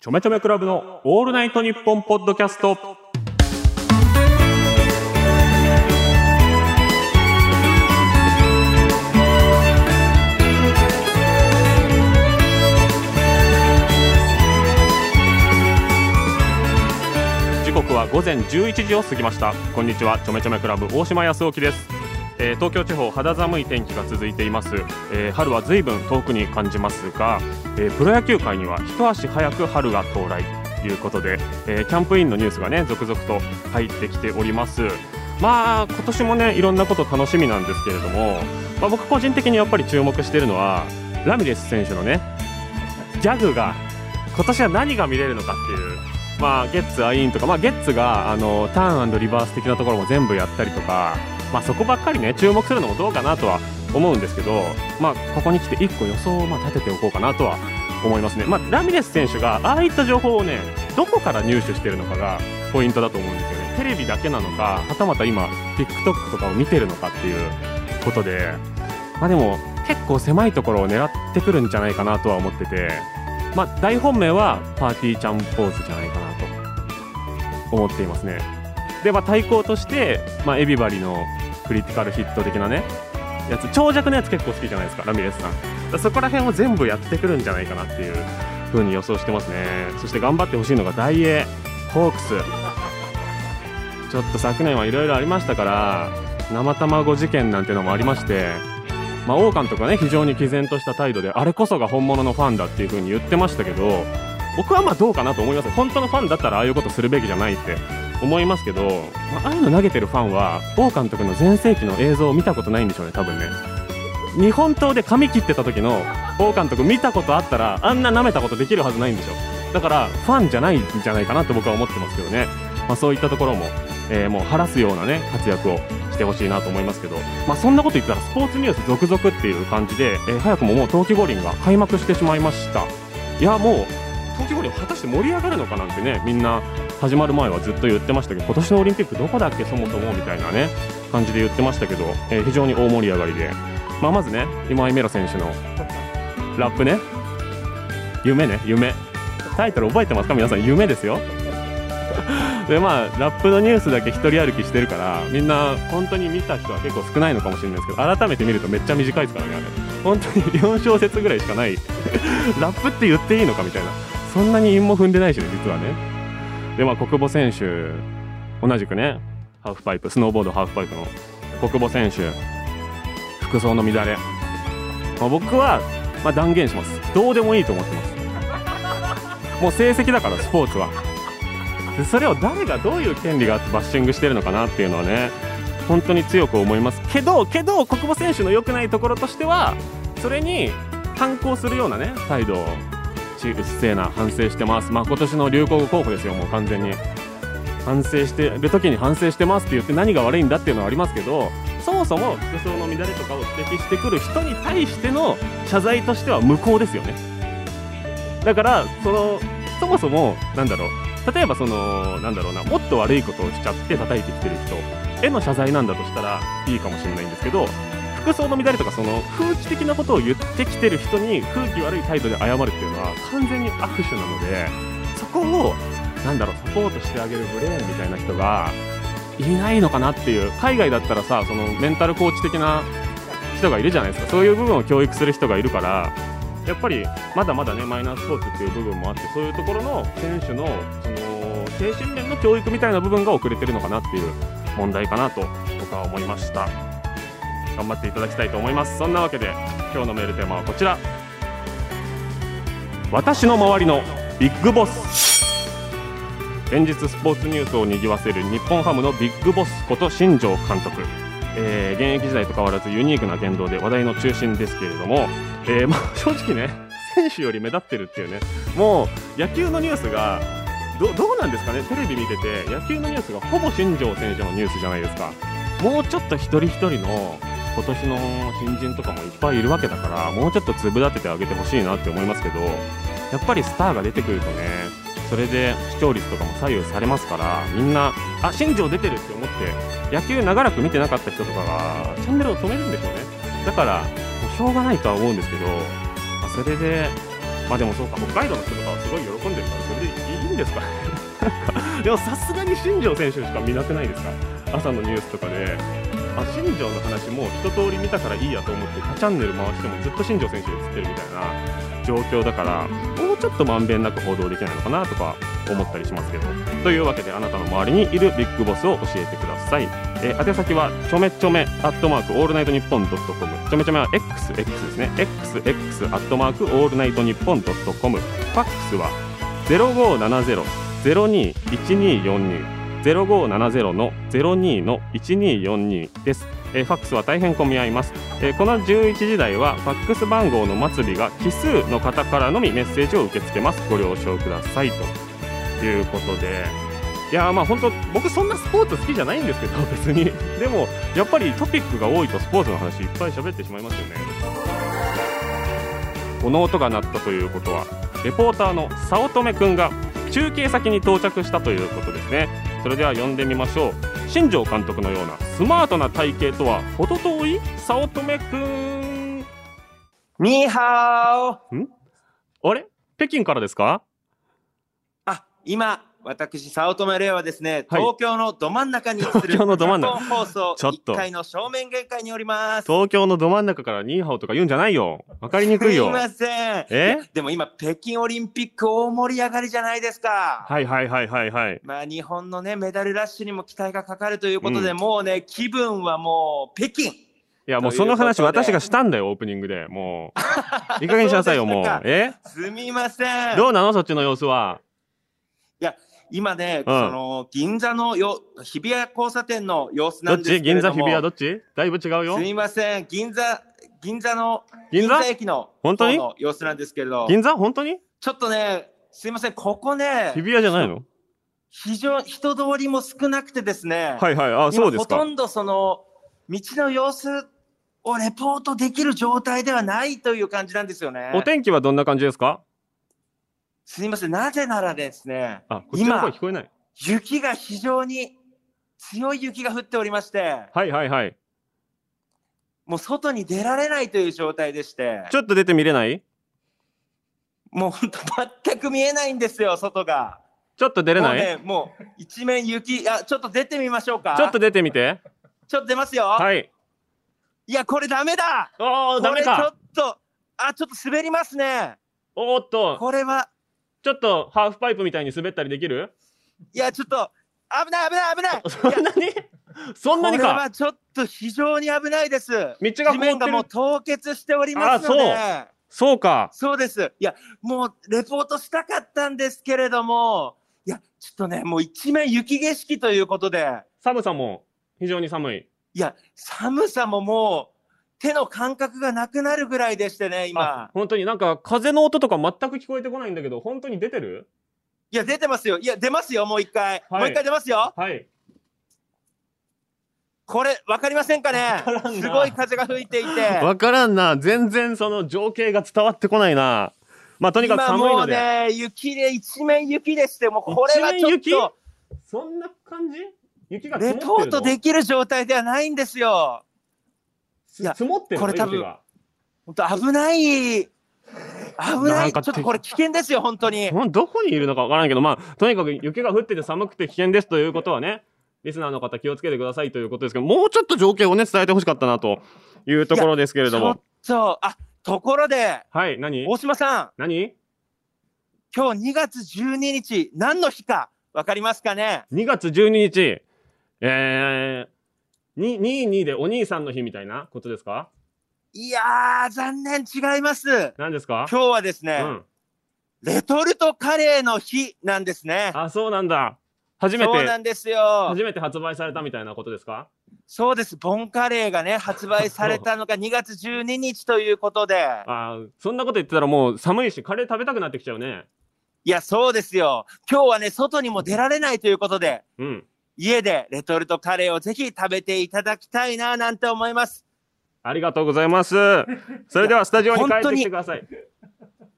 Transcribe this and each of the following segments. ちょめちょめクラブのオールナイトニッポンポッドキャスト。時刻は午前11時を過ぎました。こんにちは、ちょめちょめクラブ大島康之です。えー東京地方肌寒い天気が続いています、えー春は随分遠くに感じますが、えープロ野球界には一足早く春が到来ということで、えーキャンプインのニュースがね続々と入ってきておりますまあ今年もねいろんなこと楽しみなんですけれども、まあ、僕個人的にやっぱり注目しているのはラミレス選手のねギャグが今年は何が見れるのかっていうまあゲッツアイーンとか、まあ、ゲッツがあのターンリバース的なところも全部やったりとかまあ、そこばっかりね注目するのもどうかなとは思うんですけど、まあ、ここに来て1個予想をまあ立てておこうかなとは思いますね、まあ、ラミレス選手がああいった情報をねどこから入手してるのかがポイントだと思うんですよねテレビだけなのかはたまた今 TikTok とかを見てるのかっていうことで、まあ、でも結構狭いところを狙ってくるんじゃないかなとは思ってて、まあ、大本命はパーティーちゃんポーズじゃないかなと思っていますねで、まあ、対抗として、まあ、エビバリのクリティカルヒット的なねやつ長尺のやつ結構好きじゃないですかラミレスさんだからそこら辺を全部やってくるんじゃないかなっていう風に予想してますねそして頑張ってほしいのが大英ホークスちょっと昨年はいろいろありましたから生卵事件なんてのもありましてまあ王監督はね非常に毅然とした態度であれこそが本物のファンだっていう風に言ってましたけど僕はまあどうかなと思います本当のファンだったらああいうことするべきじゃないって思いますけど、まあ、ああいうの投げてるファンは王監督の全盛期の映像を見たことないんでしょうね多分ね日本刀で髪切ってた時の王監督見たことあったらあんな舐めたことできるはずないんでしょだからファンじゃないんじゃないかなと僕は思ってますけどね、まあ、そういったところも、えーもう晴らすようなね活躍をしてほしいなと思いますけど、まあ、そんなこと言ったらスポーツニュース続々っていう感じで、えー早くももう冬季五輪が開幕してしまいましたいやもう冬季五輪果たして盛り上がるのかなんてねみんな始まる前はずっと言ってましたけど今年のオリンピックどこだっけそもそもみたいなね感じで言ってましたけど、えー非常に大盛り上がりで、まあ、まずね今井メロ選手のラップね夢ね夢タイトル覚えてますか皆さん夢ですよ でまあラップのニュースだけ一人歩きしてるからみんな本当に見た人は結構少ないのかもしれないですけど改めて見るとめっちゃ短いですからねあれ本当に4小節ぐらいしかない ラップって言っていいのかみたいなそんなに韻も踏んでないしね実はねでまあ国母選手同じくねハーフパイプスノーボードハーフパイプの国母選手服装の乱れ、まあ、僕は、まあ、断言しますどうでもいいと思ってますもう成績だからスポーツはでそれを誰がどういう権利があってバッシングしてるのかなっていうのはね本当に強く思いますけどけど国母選手の良くないところとしてはそれに反抗するようなね態度をちうっせえな反省してますまあ今年の流行語候補ですよもう完全に反省してる時に反省してますって言って何が悪いんだっていうのはありますけどそもそも服装の乱れとかを指摘してくる人に対しての謝罪としては無効ですよねだからそのそもそもなんだろう例えばそのなんだろうなもっと悪いことをしちゃって叩いてきてる人への謝罪なんだとしたらいいかもしれないんですけど服装の乱れとかその風紀的なことを言ってきてる人に風紀悪い態度で謝るっていうのは完全に握手なのでそこをなんだろうサポートしてあげるブレーンみたいな人がいないのかなっていう海外だったらさそのメンタルコーチ的な人がいるじゃないですかそういう部分を教育する人がいるからやっぱりまだまだねマイナースポーツっていう部分もあってそういうところの選手のその精神面の教育みたいな部分が遅れてるのかなっていう問題かなと僕は思いました。頑張っていただきたいと思いますそんなわけで今日のメールテーマはこちら私の周りのビッグボス連日スポーツニュースをにぎわせる日本ハムのビッグボスこと新庄監督、えー現役時代と変わらずユニークな言動で話題の中心ですけれども、えー まあ、正直ね選手より目立ってるっていうねもう野球のニュースがどどうなんですかねテレビ見てて野球のニュースがほぼ新庄選手のニュースじゃないですかもうちょっと一人一人の今年の新人とかもいっぱいいるわけだからもうちょっと粒立ててあげてほしいなって思いますけどやっぱりスターが出てくるとねそれで視聴率とかも左右されますからみんなあ新庄出てるって思って野球長らく見てなかった人とかがチャンネルを止めるんでしょうねだからもうしょうがないとは思うんですけど、まあそれでまあでもそうか北海道の人とかはすごい喜んでるからそれでいいんですかね でもさすがに新庄選手しか見なくないですか朝のニュースとかであ新庄の話もう一通り見たからいいやと思って他チャンネル回してもずっと新庄選手映ってるみたいな状況だからもうちょっとまんべんなく報道できないのかなとか思ったりしますけどというわけであなたの周りにいるビッグボスを教えてください、えー宛先はちょめちょめアットマークオールナイトニッポンドットコムちょめちょめは XX ですね XX アットマークオールナイトニッポンドットコムファックスは0570ゼロ二一二四二ゼロ五七ゼロのゼロ二の一二四二です。えーファックスは大変混み合います。えーこの十一時台はファックス番号の末尾が奇数の方からのみメッセージを受け付けます。ご了承くださいということで。いやーまあ本当僕そんなスポーツ好きじゃないんですけど 別にでもやっぱりトピックが多いとスポーツの話いっぱい喋ってしまいますよねこの音が鳴ったということはレポーターの早乙女くんが中継先に到着したということですねそれでは呼んでみましょう新庄監督のようなスマートな体型とは程遠い早乙女くんニーハオあれ北京からですかあ、今、私、早乙女玲はですね、はい東京のど真ん中に位置する、東京のど真ん中日本放送ちょっと1階の正面玄関におります。東京のど真ん中からニーハオとか言うんじゃないよわかりにくいすいよません。えでも今、北京オリンピック大盛り上がりじゃないですか。はいはいはいはいはいまあ、日本のね、メダルラッシュにも期待がかかるということで、うもうね、気分はもう、北京。いやもうとそいうことでの話私がしたんだよオープニングでもういい加減にしなさいよ もうそうでえすみません。どうなのそっちの様子は今ね、その、銀座のよ、日比谷交差点の様子どなっんでちすけれ銀ど座も。日比谷どっちだいぶ違うよすみません、銀座、銀座の、銀座駅の本当に方の様子なんですけれど、銀座本当にちょっとね、すいません、ここ日ね、比谷じゃないの非常人通りも少なくてですね、はいはいあ今そうですほとかんどその道の様子をレポートできる状態ではないという感じなんですよね。お天気はどんな感じですかすいません、なぜならですね、あこっちの声聞こえない雪が非常に強い雪が降っておりまして、はいはいはいもう外に出られないという状態でして、ちょっと出てみれないもう本当全く見えないんですよ、外が。ちょっと出れない、もうね、もう一面雪、あ、ちょっと出てみましょうか。ちょっと、出てみてちょっと出ますよ。い、はいや、これダメだ。おーダメこれかちょっと、あ、ちょっと滑りますね。おーっとこれは、ちょっとハーフパイプみたいに滑ったりでき るいや、ちょっと、危ない、危ない、危ない。 そんなにそんなにこれかはちょっと非常に危ないです。道が地凍っ面てがもうる凍結しておりますので。そうかそうです。いや、もうレポートしたかったんですけれども、いや、ちょっとね、もう一面雪景色ということで、寒さも非常に寒いいや、寒さももう、手の感覚がなくなるぐらいでしてね、あ今。本当になんか風の音とか全く聞こえてこないんだけど本当に出てるいや、出てますよ。いや、出ますよ、もう一回。はいもう一回出ますよ。はいこれ、わかりませんかねからんなすごい風が吹いていて。分からんな全然その情景が伝わってこないなまあとにかく寒いので、今もうね、雪で、一面雪でして、もうこれはちょっ一面と、そんな感じ雪がレ積ポもってーるトのできる状態ではないんですよ。いや積もってるのこれ多分雪が本当危ない。危ななんい。ちょかっとこれ危険ですよ、本当に。ほんどこにいるのか分からんけどまあとにかく雪が降ってて寒くて危険ですということはねリスナーの方気をつけてくださいということですけどもうちょっと情景をね伝えてほしかったなというところですけれちどょっもと、あ、ところで、はい何大島さん。何今日2月12日、何の日かわかりますかね2月12日、えー、に22でお兄さんの日みたいなことですかいやー、残念違います。何ですか今日はですね、うん。レトルトカレーの日なんですね。あ、そうなんだ。初めそうなて、んですよ。初めて発売されたみたいなことですかそうです。ボンカレー がね、発売されたのが2月12日ということで。あーそんなこと言ってたらもう寒いし、カレー食べたくなってきちゃうね。いや、そうですよ。今日はね、外にも出られないということで、うん。家でレトルトカレーをぜひ食べていただきたいな、なんて思います。ありがとうござい ます。それではスタジオに帰ってきてください。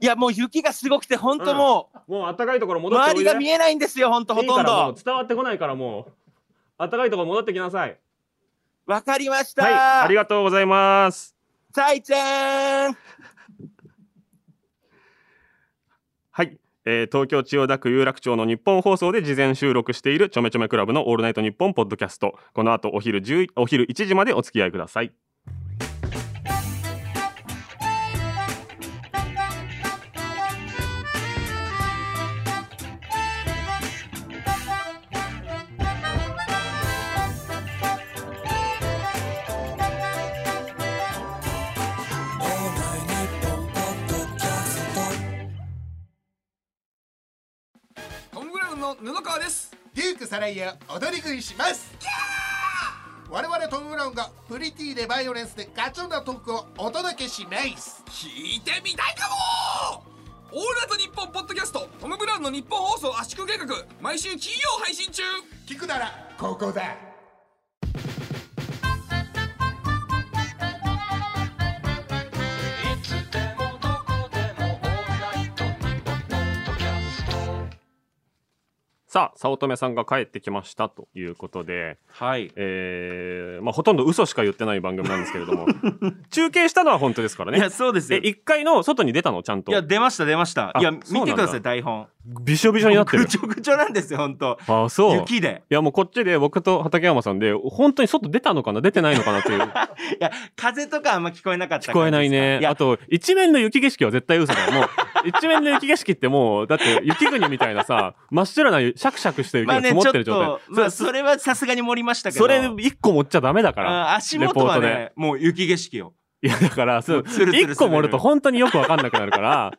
いや、もう雪がすごくて、本当ももう暖かいところう、戻って周りが見ええないんですよ、本当ほとんど。伝わってこないからもう、暖かいところ戻ってきなさい。わかりました。はい、ありがとうございます。再见。はい、えー東京千代田区有楽町の日本放送で事前収録しているちょめちょめクラブのオールナイトニッポンポッドキャストこの後お昼10お昼1時までお付き合いくださいトム・ブラウンの布川ですデュークサライヤを踊り食いします我々トム・ブラウンがプリティでバイオレンスでガチョンなトークをお届けします聞いてみたいかもオールナイトニッポンポッドキャストトム・ブラウンの日本放送圧縮計画毎週金曜配信中聞くならここださあ早乙女さんが帰ってきましたということで、はい。えーまあ、ほとんど嘘しか言ってない番組なんですけれど も中継したのは本当ですからいや、ねそうですえよ。い1回の外に出たのちゃんとや、出ました、出ました。あいや、そう見なんだてください、台本。びしょびしょになってるぐちょぐちょなんですよ、ほんと。あそう雪で。いやもうこっちで僕と畠山さんで本当に外出たのかな出てないのかなって いういや、風とかあんま聞こえなかった聞感こじですかえないねいやあと一面の雪景色は絶対嘘だもう一面の雪景色ってもうだって雪国みたいなさ真っ白なシャクシャクして雪まあがね、積ちもょっってる状態、と、まあ、それはさすがに盛りましたけど。それ一個持っちゃダメだからあ足元はレポーね、もう雪景色よ。いやだからそもううツルツル滑る一個盛ると本当によくわかんなくなるから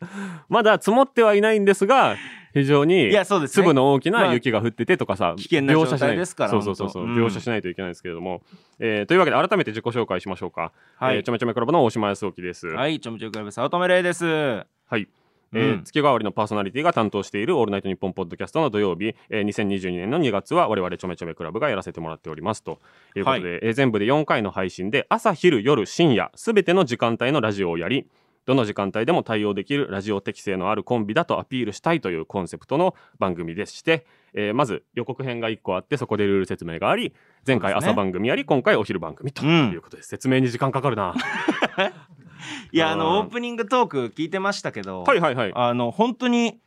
まだ積もってはいないんですが非常にいや、そうですね。粒の大きまなあ雪が降っててとかさ、危険な状描写態しないですからそうそうそうそう、本当うん描写しないといけないですけれども、えーというわけで改めて自己紹介しましょうか、はいえーちょめちょめクラブの大島康之です、はいはい、ちょめちょめクラブ、早乙女玲です。えーうん月替わりのパーソナリティが担当している「オールナイトニッポン」ポッドキャストの土曜日、えー2022年の2月は我々ちょめちょめクラブがやらせてもらっておりますということで、えー全部で4回の配信で朝昼夜深夜すべての時間帯のラジオをやりどの時間帯でも対応できるラジオ適性のあるコンビだとアピールしたいというコンセプトの番組でして、えーまず予告編が1個あってそこでルール説明があり前回そうですね朝番組あり、今回お昼番組とうんいうことです、説明に時間かかるないや、ああの、ーオープニングトーク聞いてましたけど、はいはいはいあの、本当に、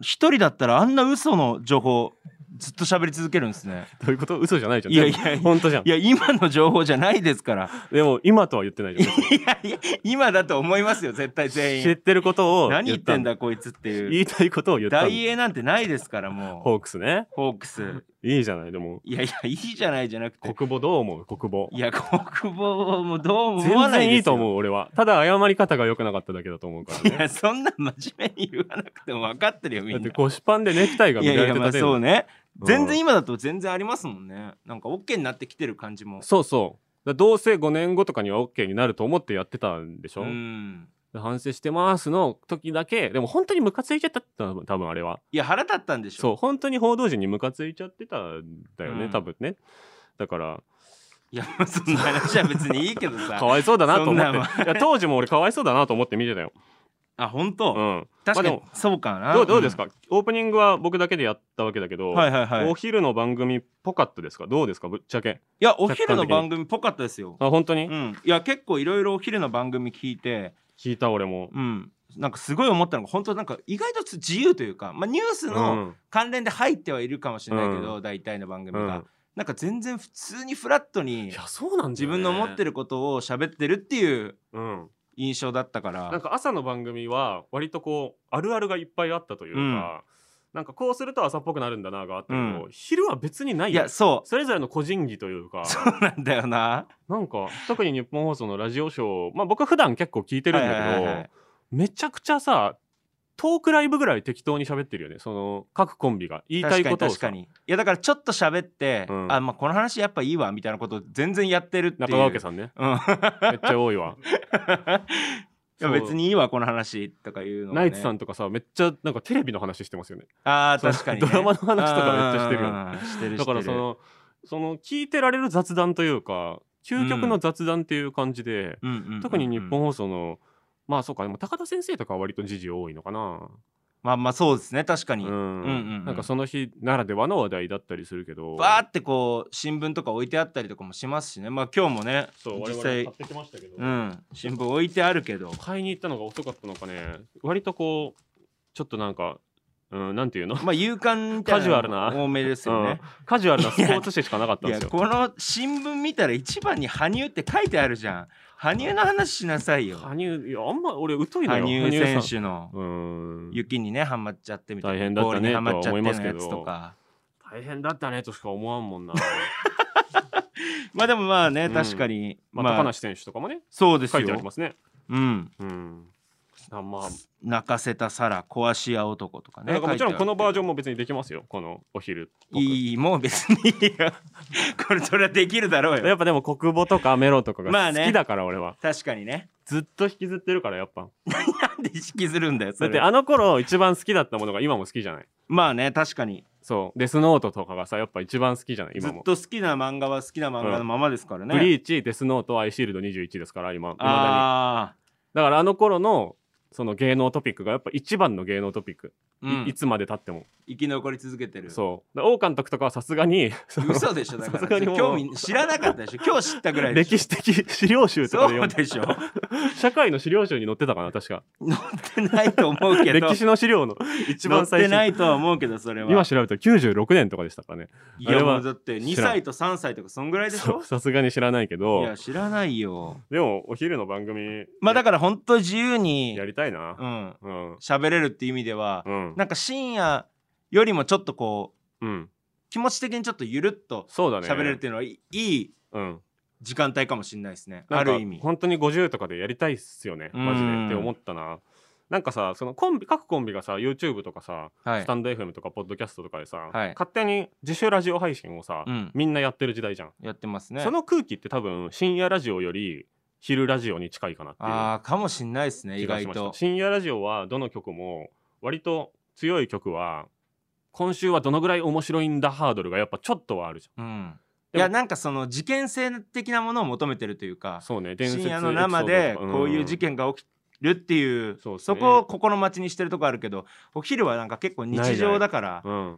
一人だったらあんな嘘の情報、ずっと喋り続けるんですね。どういう こと嘘じゃないじゃんいやいや本当じゃんいや、今の情報じゃないですから。でも今とは言ってないじゃんいやいや、今だと思いますよ、絶対全知っ員。てることを何言ってんだだ、こいつっていう。言いたいことを言ったんだ大英なんてないですから、もう。ホークスねホークス。いいじゃないでもいやいや、いいじゃないじゃなくて。国母どう思う国母いや、国防もどうも思全わないですよ。然いいと思う俺はただ謝り方が良くなかっただけだと思うからいねや、そんな真面目に言わなくても分かってるよ、みだっんてな。腰パンでネクタイがい見やいられや、てまたあ程そう度ね。うん全然今だと全然ありますもんね。なんか OK になってきてる感じも。そうそうだからどうせ5年後とかには OK になると思ってやってたんでしうょん。反省してますの時だけでも本当にムカついちゃったって多分あれはいや、腹立ったんでしょ。そう本当に報道陣にムカついちゃってたんだよね、うん多分ねだからいや、まあそんな話は別にいいけど かさ。わいそうだなと思そんなんっていや当時も俺かわいそうだなと思って見てたよ、 あ、本う当。ん、確かまあにでもそうかな。どうどうですかか、オープニングは僕だけでやったわけだけど、はいはいはい。いお昼の番組っぽかったですかどうですかぶっちゃけや、お昼の番組っぽかったですよ。あ本当に、うん。いや、結構いろいろお昼の番組聞いて、聞いた俺も、うん。なんかすごい思ったのが、本当なんか意外と自由というか、まあニュースうの、ん関連で入ってはいるかもしれないけど、大体の番組が、うんなんか全然普通にフラットいにやそうなんだ自よね分の持ってることを喋ってるっていううん、印象だったかなんらか朝の番組は割とこうあるあるがいっぱいあったというか、なんかこうすると朝っぽくなるんだながあったけど、う昼は別にないいよやそそれぞれの個人技というかうそうなんだよななんか特に日本放送のラジオショーまあ僕は普段結構聞いてるんだけど、はいはいはいはいめちゃくちゃさトークライブぐらい適当に喋ってるよねその各コンビが言いた確いかこにとを確さかにいやだからちょっと喋って、うんあまあこの話やっぱいいわみたいなことを全然やってるっていう中川家さんねう んめいっちゃ多いわやそう別 にいいわこの話とかいうの、ね、ナイツさんんとかさめっちゃなんかテレビの話してますよねあー確かに、ね、ドラマの話とかめっちゃしてるよねあーしてるだからそしてるのその聞いてられる雑談というか究極の雑談っていう感じで、うんうんうんうん特に日本放送の、まあそうかでも高田先生とかは割と時事多いのかなまあまあそうですね確かうに、んうんうんうんなんかその日ならではの話題だったりするけどバーってこう新聞とか置いてあったりとかもしますしねまあ今日もねそう我実々買際ってきましたけど、うん新聞置いてあるけど買いに行ったのが遅かったのかね割とこうちょっとなんか、うん、なんていうの、まあ勇敢みたいカなジュアルな多めですよね、うんカジュアルなスポーツ紙しかなかったんいでやすよ。この新聞見たら一番に「羽生」って書いてあるじゃん羽生の話しなさいよ羽生、いや、あんま俺疎いの羽よ。生選さ手のん。うん。雪にねハマっちゃってみたいな大変だったね氷にハマっちとゃってのは思いまやつすけどとか大変だったねとしか思わんも んな。まあでもまあねうん確かに、まあ、まあ、高梨選手とかもね、そうです書いてありよま、すね。うん、うん。あまあ、泣かせたサラ壊し屋男とかねなんかもちろんこのバージョンンも別にできますよ、このお昼。いいもう別に いいよこれそれはできるだろうよやっぱでも国語とかメロとかまがあね好きだから俺は確かにねずっと引きずってるからやっぱなんで意識するんだよそだっれてあの頃一番好きだったものが今も好きじゃないまあね確かにそうデスノートとかがさやっぱ一番好きじゃないずっ今もと好きな漫画は好きな漫画のままですからね、ブリーチデスノートアイシールド21ですから今未だあにだからあの頃のその芸能トピックがやっぱ一番の芸能トピック、あ、ういんい、つまでたっても生き残り続けてるそうだから王監督とかはさすがにその嘘でしょだかさすがらにもう興味知らなかったでしょ今日知ったぐらいでしょ歴史的資料集とかで読そうんでしょ社会の資料集に載ってたかな確か乗ってないと思うけど歴史の資料の一乗番っ最て新ないとは思うけどそれは今調べると96年とかでしたからねいあやれはもうだって2歳と3歳とかそんぐらいでしそょうさすがに知らないけいどや知らないよでもお昼の番組まあだから本当自由にやりたいなうんうん喋れるっていう意味ではうんなんか深夜よりもちょっとこううん気持ち的にちょっとゆるっとそうだね喋れるっていうのはいいいいうん時間帯かもしれないですねなあんかる意味本当に50とかでやりたいっすよねマジうんでって思ったななんかさそのコンビ各コンビがさ YouTube とかさはスいタンド FM とかポッドキャストとかでさはい勝手に自主ラジオ配信をさうんみんなやってる時代じゃんやってますねその空気って多分深夜ラジオより昼ラジオに近いかなっていうあーかもしんないですね意気が外しましたと深夜ラジオはどの曲も割と強い曲は今週はどのぐらい面白いんだハードルがやっぱちょっとはあるじうんいでもやなんかその事件性的なものを求めてるというゃかんそうね伝説深夜の生でエピソードとかこういう事件が起きるっていう,、そうっすねそこを心待ちにしてるとこあるけどお昼はなんか結構日常だからうん、うん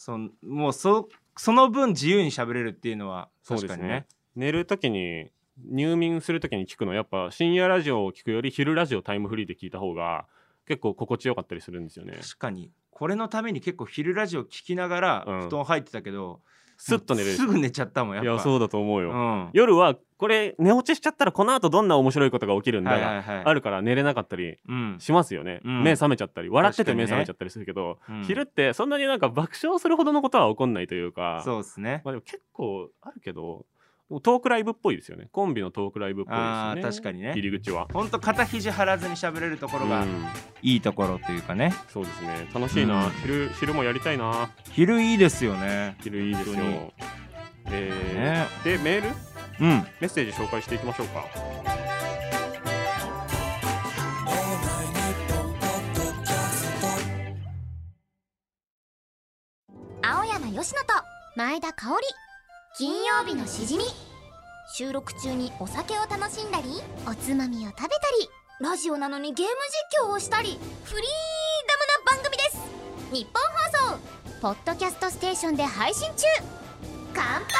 そのもうそその分自由に喋れるっていうのはそう確でかすにねね寝る時に入眠する時に聞くのやっぱ深夜ラジオを聞くより昼ラジオタイムフリーで聞いた方が結構心地よかったりするんですよね確かにこれのために結構昼ラジオ聞きながらうん布団入ってたけど、スッと寝れるすぐ寝ちゃったもんやっいぱやそうだと思ううよ、ん、夜はこれ寝落ちしちゃったらこの後どんな面白いことが起きるんだが、はいはいはいあるから寝れなかったりうんしますよね、うん目覚めちゃったり笑ってて目覚確かにねめちゃったりするけど、うん昼ってそんなになんか爆笑するほどのことは起こんないというかそうですねまあ、でも結構あるけどでもトークライブっぽいですよねコンビのトークライブっぽいですあよねー確かにね入り口は。ほんと肩肘張らずに喋れるところうがんいいところというかね、そうですね楽しいな、うん昼昼もやりたいな昼いいですよね昼いいですよ本当に、えーでメールうんメッセージ紹介していきましょうか青山佳乃と前田香織金曜日のしじみ収録中にお酒を楽しんだりおつまみを食べたりラジオなのにゲーム実況をしたりフリーダムな番組です日本放送ポッドキャストステーションで配信中乾杯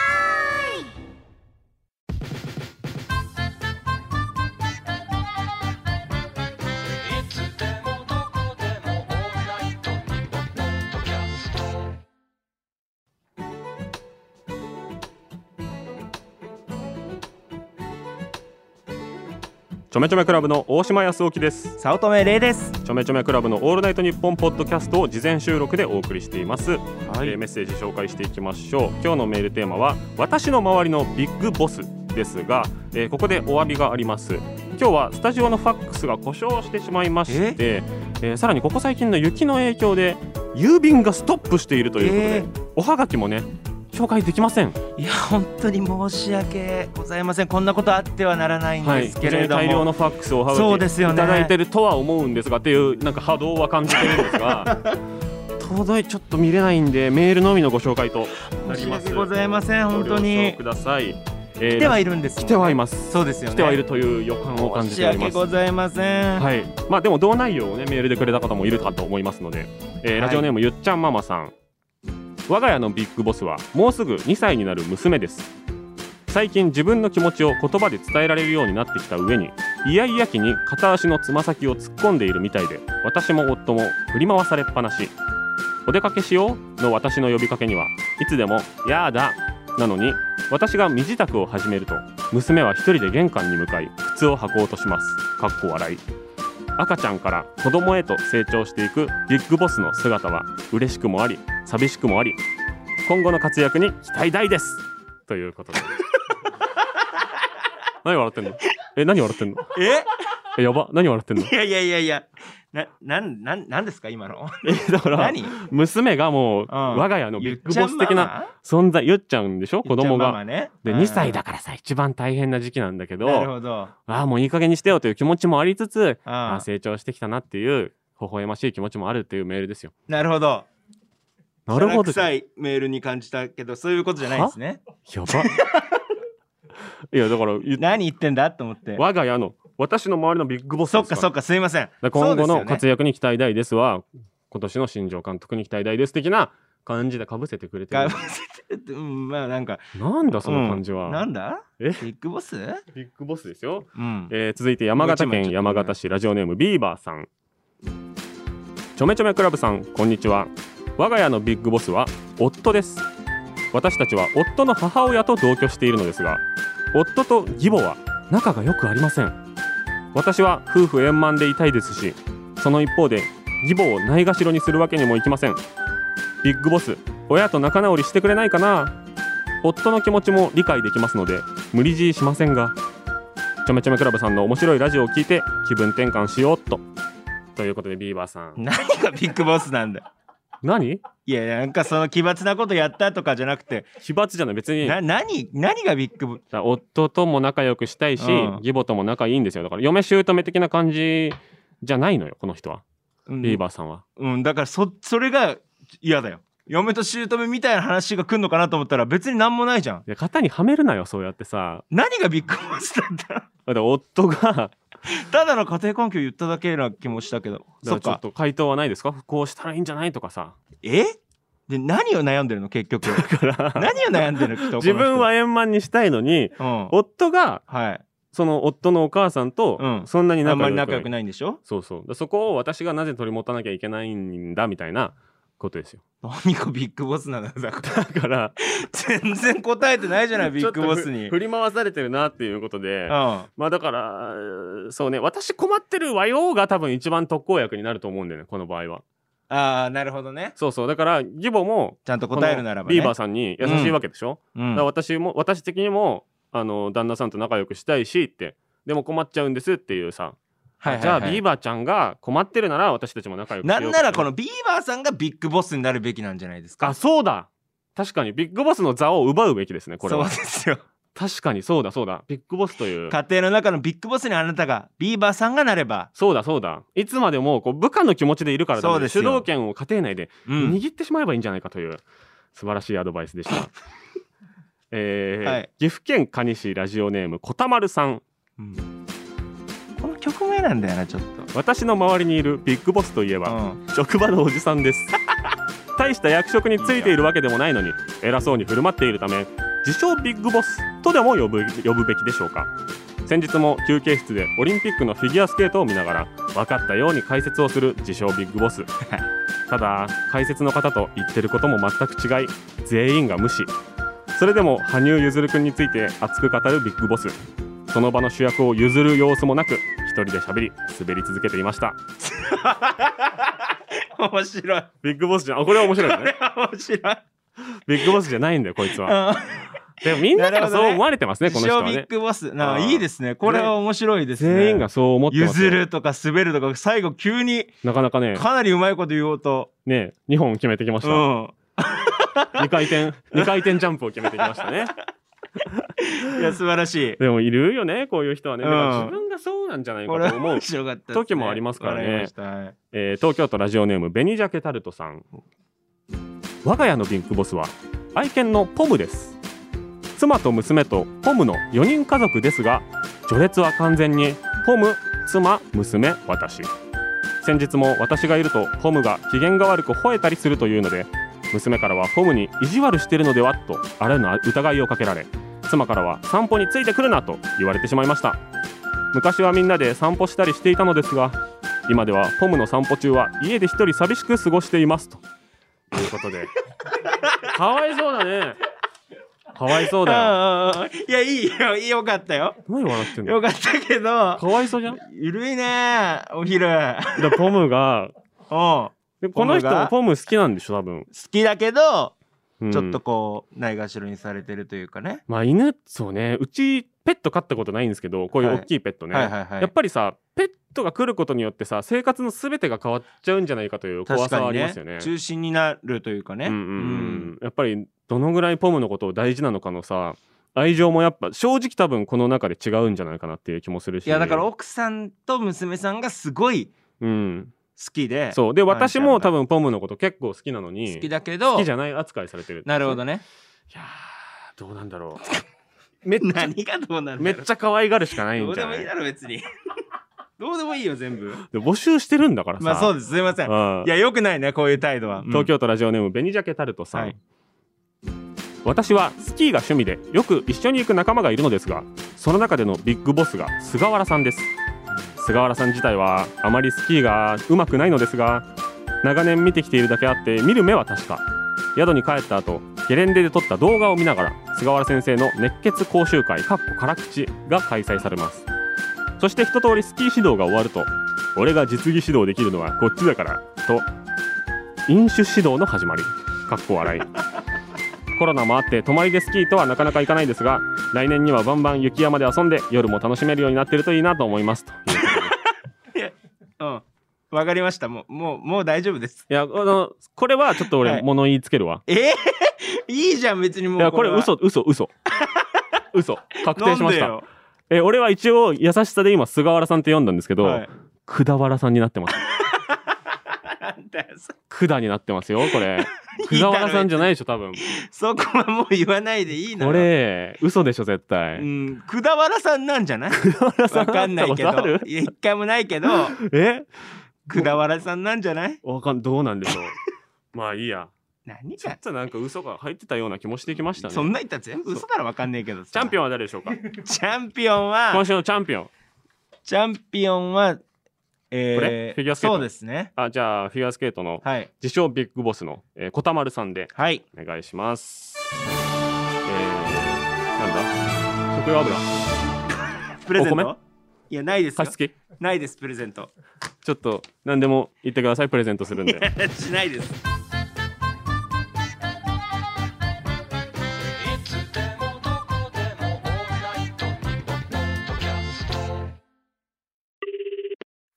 ちょめちょめクラブの大島康沖です早乙女玲ですちょめちょめクラブのオールナイトニッポンポッドキャストを事前収録でお送りしています、いえーメッセージ紹介していきましょう今日のメールテーマは私の周りのビッグボスですが、えーここでお詫びがあります今日はスタジオのファックスが故障してしまいまして、えーさらにここ最近の雪の影響で郵便がストップしているということで、えーおはがきもね紹介できませんいや本当に申し訳ございませんこんなことあってはならないんはでい、すけれども、非常に大量のファックスをおはそうができすいよねただいてるとは思うんですがっていうなんか波動は感じてるんです が届いちょっと見れないんでメールのみのご紹介となり申します訳ございません本当ご了に承ください、えー来てはいるんですもん来ねてはいますそうですよね来てはいるという予感を感じておりま申し訳ごすざいません、はい、まあでも同内容をねメールでくれた方もいるかと思いますので、えーいラジオネームゆっちゃんママさん我が家のビッグボスはもうすぐ2歳になる娘です最近自分の気持ちを言葉で伝えられるようになってきた上にイヤイヤ期に片足のつま先を突っ込んでいるみたいで私も夫も振り回されっぱなしお出かけしようの私の呼びかけにはいつでも「やーだ」なのに私が身支度を始めると娘は一人で玄関に向かい靴を履こうとしますかっこ笑い赤ちゃんから子供へと成長していくビッグボスの姿は嬉しくもあり寂しくもあり今後の活躍に期待大ですということで 何笑ってんのえ何笑ってんのええやば何笑ってんのいやいやいやいや。な、なん、なん、なんですか今の。えだから何娘がもう、ん我が家のビッグボス的なな存在言っちゃうんでしょ子供が。ね、でうん2歳だからさ一番大変な時期なんだけどなるほど。ああもういい加減にしてよという気持ちもありつつあああ成長してきたなっていう微笑ましい気持ちもあるっていうメールですよ。なるほど。なるほど。シャラ臭いメールに感じたけど、そういうことじゃないんですね。やば。 いやだから言っ何言ってんだと思って。我が家の私の周りのビッグボスそでっすかからそっか、すいません。だから今後そうのですよね活躍に期待大ですは今年の新庄監督に期待大です的な感じでかぶせてくれてかるぶせてて、うん、まあなんか、なんだその感じは、なんだえビッグボスビッグボスですよ、うん。えー続いて山形もう県一枚ちょっと山形市ラジオネームビーバーさんちょめちょめクラブさんこんにちは我が家のビッグボスは夫です私たちは夫の母親と同居しているのですが夫と義母は仲が良くありません私は夫婦円満でいたいですしその一方で義母をないがしろにするわけにもいきませんビッグボス親と仲直りしてくれないかな夫の気持ちも理解できますので無理強いしませんがちょめちょめクラブさんの面白いラジオを聞いて気分転換しようっとということでビーバーさん何がビッグボスなんだ何いや、なんかその奇抜なことやったとかじゃなくて、奇抜じゃない別にな、何、何がビッグボスだから夫とも仲良くしたいし、うん義母とも仲いいんですよだから嫁姑的な感じじゃないのよこの人は、うんビーバーさんはうん、だからそそれが嫌だよ。嫁と姑みたいな話が来るのかなと思ったら別に何もないじゃん。いや型にはめるなよそうやってさ何がビッグボスだっただって夫がた だの家庭環境言っただけな気もしたけど。だかそらっちょっか。と回答はないですかこうしたらいいんじゃないとか さえで何を悩んでるの結局。何を悩んでるのきっとこの人 自分は、円満にしたいのにうん、夫がはい。その夫のお母さんうとんそんなにあん仲良くまりない,、仲良くないんでしょそうそうだからそこを私がなぜ取り持たなきゃいけないんだみたいなことですよ何がビッグボスなの だからだ から全然答えてないじゃないビッグボスちょっとに。ふ振り回されてるなっていうことでうん、まあだから、えーそうね、私困ってるわよが多分一番特効薬になると思うんだよね、この場合は。ああなるほどね。そうそう、だから、義母も、ちゃんとこ答えるならのば、ね。ビーバーさんに優しいわけでしょ、うんだから私も、私的にも、あの、旦那さんと仲良くしたいしって、でも困っちゃうんですっていうさ、はいはいはいじゃあビーバーちゃんが困ってるなら私たちも仲良くしようなってんならこのビーバーさんがビッグボスになるべきなんじゃないですかあ、そうだ確かに、ビッグボスの座を奪うべきですね、これそうはで。すよ確かに、そうだそうだ。ビッグボスという。 家庭の中のビッグボスにあなたがビーバーさんがなれば、そうだそうだ。いつまでもこう部下の気持ちでいるからダメそうです主よ導権を家庭内でうん、握ってしまえばいいんじゃないかという素晴らしいアドバイスで した。えーはい岐阜県蟹市ラジオネームこたまるさんこの曲名なんだよなちょっ私の周りにいるビッグボスといえと、うば、ん、職場のおじさんです大した役職についているわけでもないのに偉そうに振る舞っているため自称ビッグボスとでも呼ぶ呼ぶべきでしょうか先日も休憩室でオリンピックのフィギュアスケートを見ながら分かったように解説をする自称ビッグボス ただ解説の方と言ってることも全く違い全員が無視それでも羽生結弦君について熱く語るビッグボスその場の主役を譲る様子もなく一人で喋り滑り続けていました面白いビッグボスじゃんあこれは面白いですね面白い、ビッグボスじゃないんだよ、こいつうは。ん、でもみんなからなるほそどうね思われてますね、こ自の人称はビッね。グボスあなーいいですねこれは面白いですね全員がそう思ってます譲よ。るとか滑るとか最後急になかなかね、かなりうまいこと言おうと、ね、2本決めてきましうた。ん、 2回 転、二回転ジャンプを決めてきましたね。いや素晴らしいでもいるよね、こういう人はね。だからうん自分がそうなんじゃないこかれとは思う面。白かったですね時もありますからね笑いましたはいえー東京都ラジオネーム紅ジャケタルトさん我が家のビッグボスは愛犬のポムです妻と娘とポムの4人家族ですが序列は完全にポム妻娘私先日も私がいるとポムが機嫌が悪く吠えたりするというので娘からはポムに意地悪してるのではとあらぬ疑いをかけられ妻からは散歩についてくるなと言われてしまいました昔はみんなで散歩したりしていたのですが今ではポムの散歩中は家で一人寂しく過ごしていますということ でかわいそうだねかわいそうだようんうんうんいや、いいよ、よかったよ。何笑ってんのよかったけどか、わいそうじゃんだゆるいね、お昼。 うん。からポムが好でこの人ポムがポム好きなんでしょ多分、きだけど、うんちょっとこう、ないがしろにされてるというかね。まあ犬そうねうちペット飼ったことないんですけどこういう大きいペットね、はいはいはい。やっぱりさペットが来ることによってさ生活のすべてが変わっちゃうんじゃないかという怖確さはかあにりまねすよね。中心になるというかね。うんうんうん、やっぱりどのぐらいポムのことを大事なのかのさ愛情もやっぱ正直多分この中で違うんじゃないかなっていう気もするしいやだから奥さんと娘さんがすごいうん、好きでそうでワンちゃん私がも多分ポムのこと結構好きなのに好きだけど好きじゃない扱いされてるなるほどねいやーどうなんだろめ何がどうなうるめっちゃ可愛がるしかないどんうじでゃもないいだろ別 にどうでもいいよ全部で募集してるんだからさ、まあそうですすいませんうんいやよくないねこういう態度は東京都ラジオネーム紅ジャケタルトさん、はい私はスキーが趣味でよく一緒に行く仲間がいるのですがその中でのビッグボスが菅原さんです菅原さん自体はあまりスキーが上手くないのですが長年見てきているだけあって見る目は確か宿に帰った後ゲレンデで撮った動画を見ながら菅原先生の熱血講習会かっこ辛口が開催されますそして一通りスキー指導が終わると俺が実技指導できるのはこっちだからと飲酒指導の始まりかっこ笑いコロナもあって泊まりでスキーとはなかなか行かないですが来年にはバンバン雪山で遊んで夜も楽しめるようになってるといいなと思いますということでうんわかりましたもうもうもう大丈夫ですいやあのこれはちょっとは俺い物言いつけるわ、えー いいじゃん別にもうい、やこれは嘘嘘嘘嘘確定しましたなんでよえ俺は一応優しさで今菅原さんって読んだんですけど、はいくだわらさんになってますなんだよそくだになってますよこ れいくいだだろわらさんじゃないでしょ多分そこはもう言わないでいいなこれ嘘でしょ絶対、 うん、くだわらさんなんじゃないくだわらさんわかんないけど会ったことある。 いや、一回もないけ ど、えくだわらさんなんじゃないわかんどうなんでしょう まあいいや何ちょがっとなんか嘘が入ってたような気もしてきましたねそんな言ったら全部嘘ならわかんねえけどチャンピオンンは誰でし ょうかチャンピオンは今、週のチャンピオンチャンピオンは、これえフィギュアー、スケートそうですね。あじゃあフィギュアスケートのはい。自称ビッグボスの、えー、こたまるさんではい。お願いしますえー、なんだ食用油プレゼンお米トいや、ないです加よ。湿器ないです、プレゼント。 ちょっと何でも言ってくださいプレゼントするんでしないです。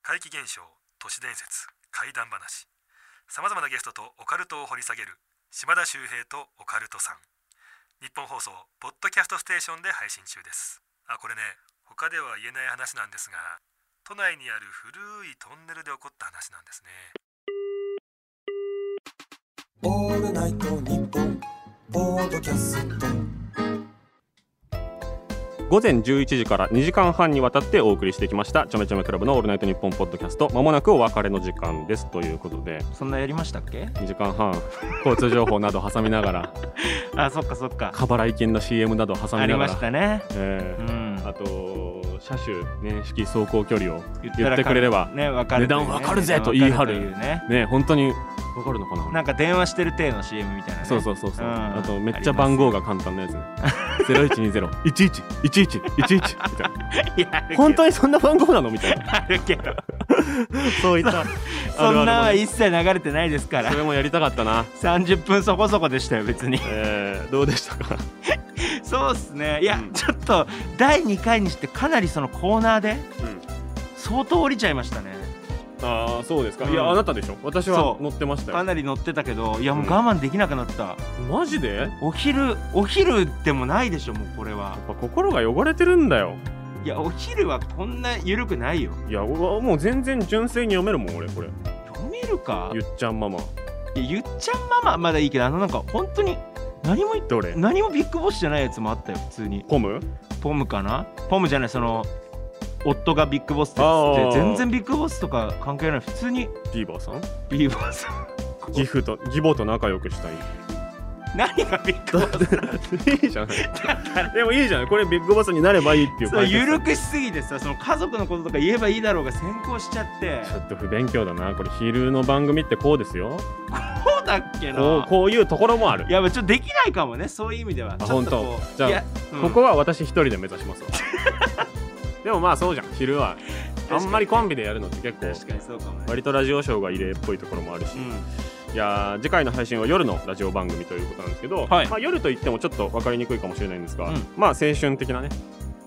怪奇現象都市伝説怪談話さまざまなゲストとオカルトを掘り下げる島田秀平とオカルトさん日本放送ポッドキャストステーションで配信中ですあこれね他では言えない話なんですが都内にある古いトンネルで起こった話なんですねオールナイトニッポンポッドキャスト午前11時から2時間半にわたってお送りしてきましたちょめちょめクラブのオールナイトニッポンポッドキャストまもなくお別れの時間ですということでそんなやりましたっけ2時間半交通情報など挟みながらあ、そっかそっか。過払い金の CM など挟あみりながましら、たね。えうーん。あと車種年式走行距離をた言らってくれればね、わかるというね、値段わかるぜと言い張る値段わかというね。ね本当にわかるのかななんか電話してる体の CM みたいなね。そうそうそうそううんあとめっちゃ番号が簡単なやつね0120111111みたい ないやあるけど本当にそんな番号なのみたいなあるけど そういったそんなんあはるあるもね一切流れてないですからそれもやりたかったな30分そこそこでしたよ別にえーどうでしたかそうっすねいや、うんちょっと第2回にしてかなりそのコーナーでうん相当降りちゃいましたねああそうですかうんいやあなたでしょ私はそう乗ってましたかよなり乗ってたけどいやもううん我慢できなくなった、マジでやっお昼お昼でもないでしょもうこれはぱ心が汚れてるんだよいやお昼はこんな緩くないよいやうわもう全然純粋に読めるもん俺これ読めるかゆっちゃんママいやゆっちゃんママまだいいけどあのなんか本当に何も言っどれ何もビッグボスじゃないやつもあったよ普通にコムポムかなポムじゃないその夫がビッグボスってあーやつで全然ビッグボスとか関係ない普通にビーバーさんビーバーさギフと義母と仲良くしたいん 何がビッグボスいいじゃない でもいいじゃないこれビッグボスになればいいっていうそう解決策緩くしすぎてさその家族のこととか言えばいいだろうが先行しちゃってちょっと不勉強だなこれ昼の番組ってこうですよそうだっけこなうこういうところもあるやばいちょっとできないかもねそういう意味ではあちょっとこ本当うじゃあいやうんここは私一人で目指し ますわでもまあそうじゃん昼はあんまりコンビでやるのって結確か構にそうかもね割とラジオショーが異例っぽいところもあるし、うんいやー次回の配信は夜のラジオ番組ということなんですけど、はいまあ、夜といってもちょっと分かりにくいかもしれないんですが、うんまあ青春的なね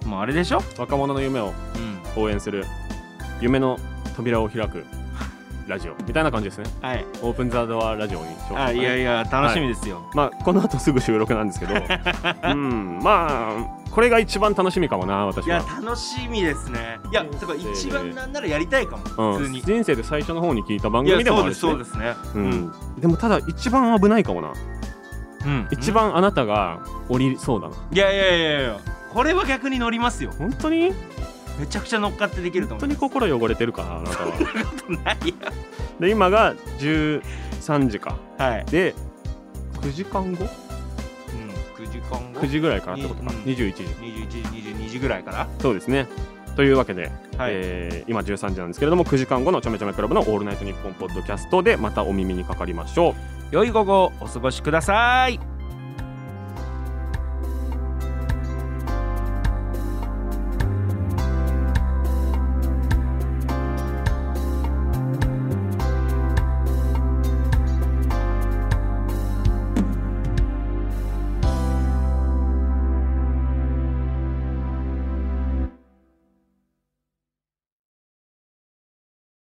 もうあれでしょ若者の夢をうん応援する夢の扉を開くラジオみたいな感じです ねはいオープンザドアラジオにしようかなあいやいや楽しみですよまあこの後すぐ収録なんですけ どうんまあこれが一番楽しみかもな私いやは楽しみですねいやだから一えー番なんならやりたいかもう普通ん、に人生で最初の方に聞いた番いや組でもあそうるですしね、そうですねうん、でもただ一番危ないかもな、うん一番あなたが降りそうだないやいやいやいやこれは逆に乗りますよ本当にめちゃくちゃ乗っかってできると本思当うに心汚れてるかなあなたはないよ で今が13時かはい、で9時間後うん、9時間後9時ぐらいかなってことか、うん21時21時22時ぐらいかそうですねというわけで、らはい、えー今13時なんですけれども9時間後のちょめちょめクラブの「オールナイトニッポン」ポッドキャストでまたお耳にかかりましょう良い午後お過ごしください